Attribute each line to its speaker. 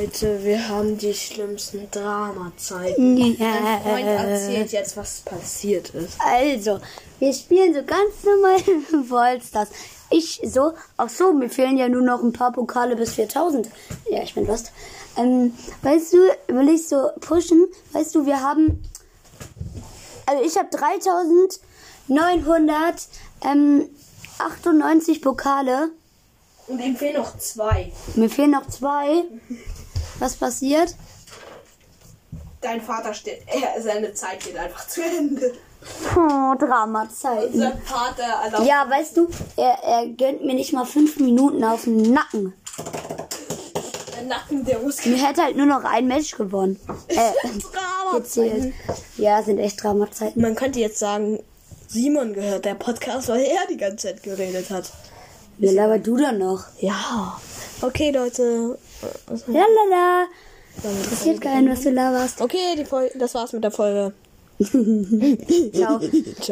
Speaker 1: Leute, wir haben die schlimmsten Dramazeiten. Mein Freund
Speaker 2: Ja.
Speaker 1: erzählt jetzt, was passiert ist.
Speaker 2: Also, wir spielen so ganz normal Wallstars. Ich so, ach so, mir fehlen ja nur noch ein paar Pokale bis 4000. Ja, ich bin lost. Ähm, weißt du, will ich so pushen? Weißt du, wir haben, also ich habe 3998 ähm, 98 Pokale.
Speaker 1: Und ihm fehlen noch zwei.
Speaker 2: Mir fehlen noch zwei. Was passiert?
Speaker 1: Dein Vater steht, er, seine Zeit geht einfach zu Ende.
Speaker 2: Oh, Dramazeiten.
Speaker 1: Sein Vater erlaubt.
Speaker 2: Ja, weißt du, er, er gönnt mir nicht mal fünf Minuten auf den Nacken.
Speaker 1: Der Nacken der Muskeln.
Speaker 2: Mir hätte halt nur noch ein Match gewonnen. Äh, gezählt. Ja, sind echt Dramazeiten.
Speaker 1: Man könnte jetzt sagen, Simon gehört der Podcast, weil er die ganze Zeit geredet hat.
Speaker 2: Wer labert du dann noch?
Speaker 1: Ja. Okay, Leute. äh,
Speaker 2: Lalala. Interessiert keinen, was du laberst.
Speaker 1: Okay, die Folge, das war's mit der Folge.
Speaker 2: Ciao.
Speaker 1: Ciao.